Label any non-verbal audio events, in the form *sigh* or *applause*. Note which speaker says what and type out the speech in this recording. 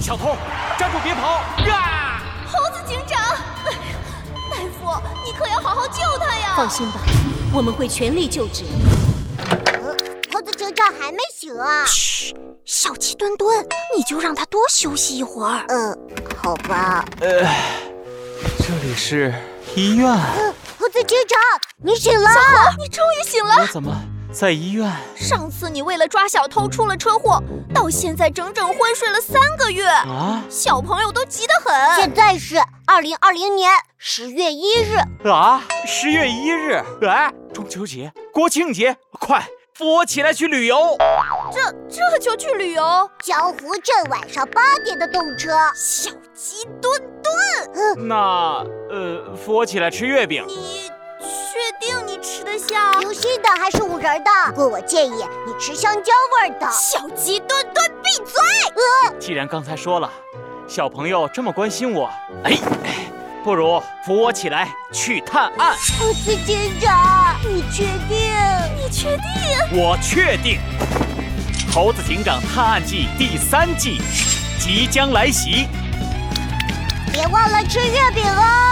Speaker 1: 小偷，站住，别跑！啊！
Speaker 2: 猴子警长， *laughs* 哎呀大夫，你可要好好救他呀！
Speaker 3: 放心吧，我们会全力救治。
Speaker 4: 呃猴子警长还没醒啊？
Speaker 3: 嘘，小鸡墩墩，你就让他多休息一会儿。
Speaker 4: 呃，好吧。
Speaker 1: 这里是医院，
Speaker 4: 呃，猴子警长，你醒了？
Speaker 2: 你终于醒了
Speaker 1: 我。怎么在医院？
Speaker 2: 上次你为了抓小偷出了车祸，到现在整整昏睡了三个月，
Speaker 1: 啊
Speaker 2: 小朋友都急得很。
Speaker 4: 现在是二零二零年十月一日，
Speaker 1: 啊！十月一日，哎，中秋节、国庆节，快扶我起来去旅游！
Speaker 2: 这这就去旅游？
Speaker 4: 江湖镇晚上八点的动车。
Speaker 2: 小鸡墩墩，
Speaker 1: 那呃，扶我起来吃月饼。
Speaker 2: 你确定你吃得下？
Speaker 4: 流心的还是五仁的？不过我建议你吃香蕉味儿的。
Speaker 2: 小鸡墩墩闭嘴！
Speaker 1: 既然刚才说了，小朋友这么关心我，哎，不如扶我起来去探案。
Speaker 4: 猴子警长，你确定？
Speaker 2: 你确定？
Speaker 1: 我确定，《猴子警长探案记》第三季即将来袭。
Speaker 4: 别忘了吃月饼哦。